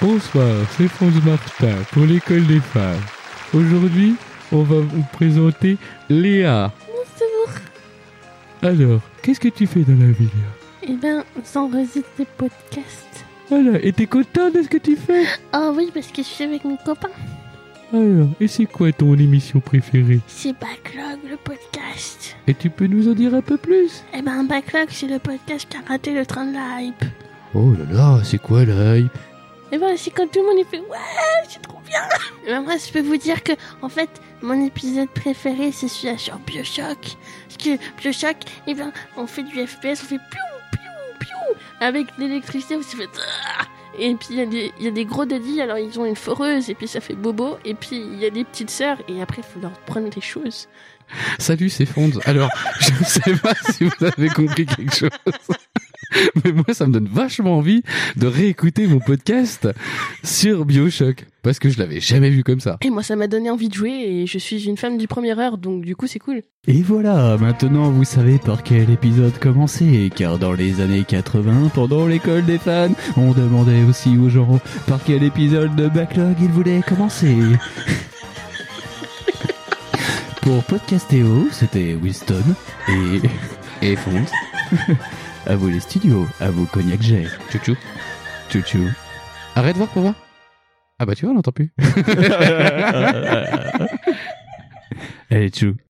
Bonsoir, c'est Fonz Martin pour l'école des femmes. Aujourd'hui, on va vous présenter Léa. Bonjour. Alors, qu'est-ce que tu fais dans la vie, Léa Eh ben, j'enregistre des podcasts. Voilà, et t'es content de ce que tu fais Ah oui, parce que je suis avec mon copain. Alors, et c'est quoi ton émission préférée C'est Backlog, le podcast. Et tu peux nous en dire un peu plus Eh ben, Backlog, c'est le podcast qui a raté le train de la hype. Oh là là, c'est quoi l'œil Et ben, c'est quand tout le monde il fait Ouais, c'est trop bien. Mais moi, je peux vous dire que, en fait, mon épisode préféré, c'est celui sur Bioshock. Parce que Bioshock, eh ben, on fait du FPS, on fait piou, piou, piou. Avec l'électricité, on se fait. Ah Et puis, il y, a des- il y a des gros daddies, alors ils ont une foreuse, et puis ça fait bobo. Et puis, il y a des petites sœurs, et après, il faut leur prendre des choses. Salut, c'est Fonz. Alors, je ne sais pas si vous avez compris quelque chose. Mais moi, ça me donne vachement envie de réécouter mon podcast sur Bioshock. Parce que je l'avais jamais vu comme ça. Et moi, ça m'a donné envie de jouer et je suis une femme du première heure, donc du coup, c'est cool. Et voilà, maintenant vous savez par quel épisode commencer, car dans les années 80, pendant l'école des fans, on demandait aussi aux gens par quel épisode de Backlog ils voulaient commencer. Pour Podcastéo, c'était Winston, et Et Fonz, à vous les studios, à vous Cognac J, chouchou, tchou arrête de voir pour voir. Ah bah tu vois, on n'entend plus. Allez tchou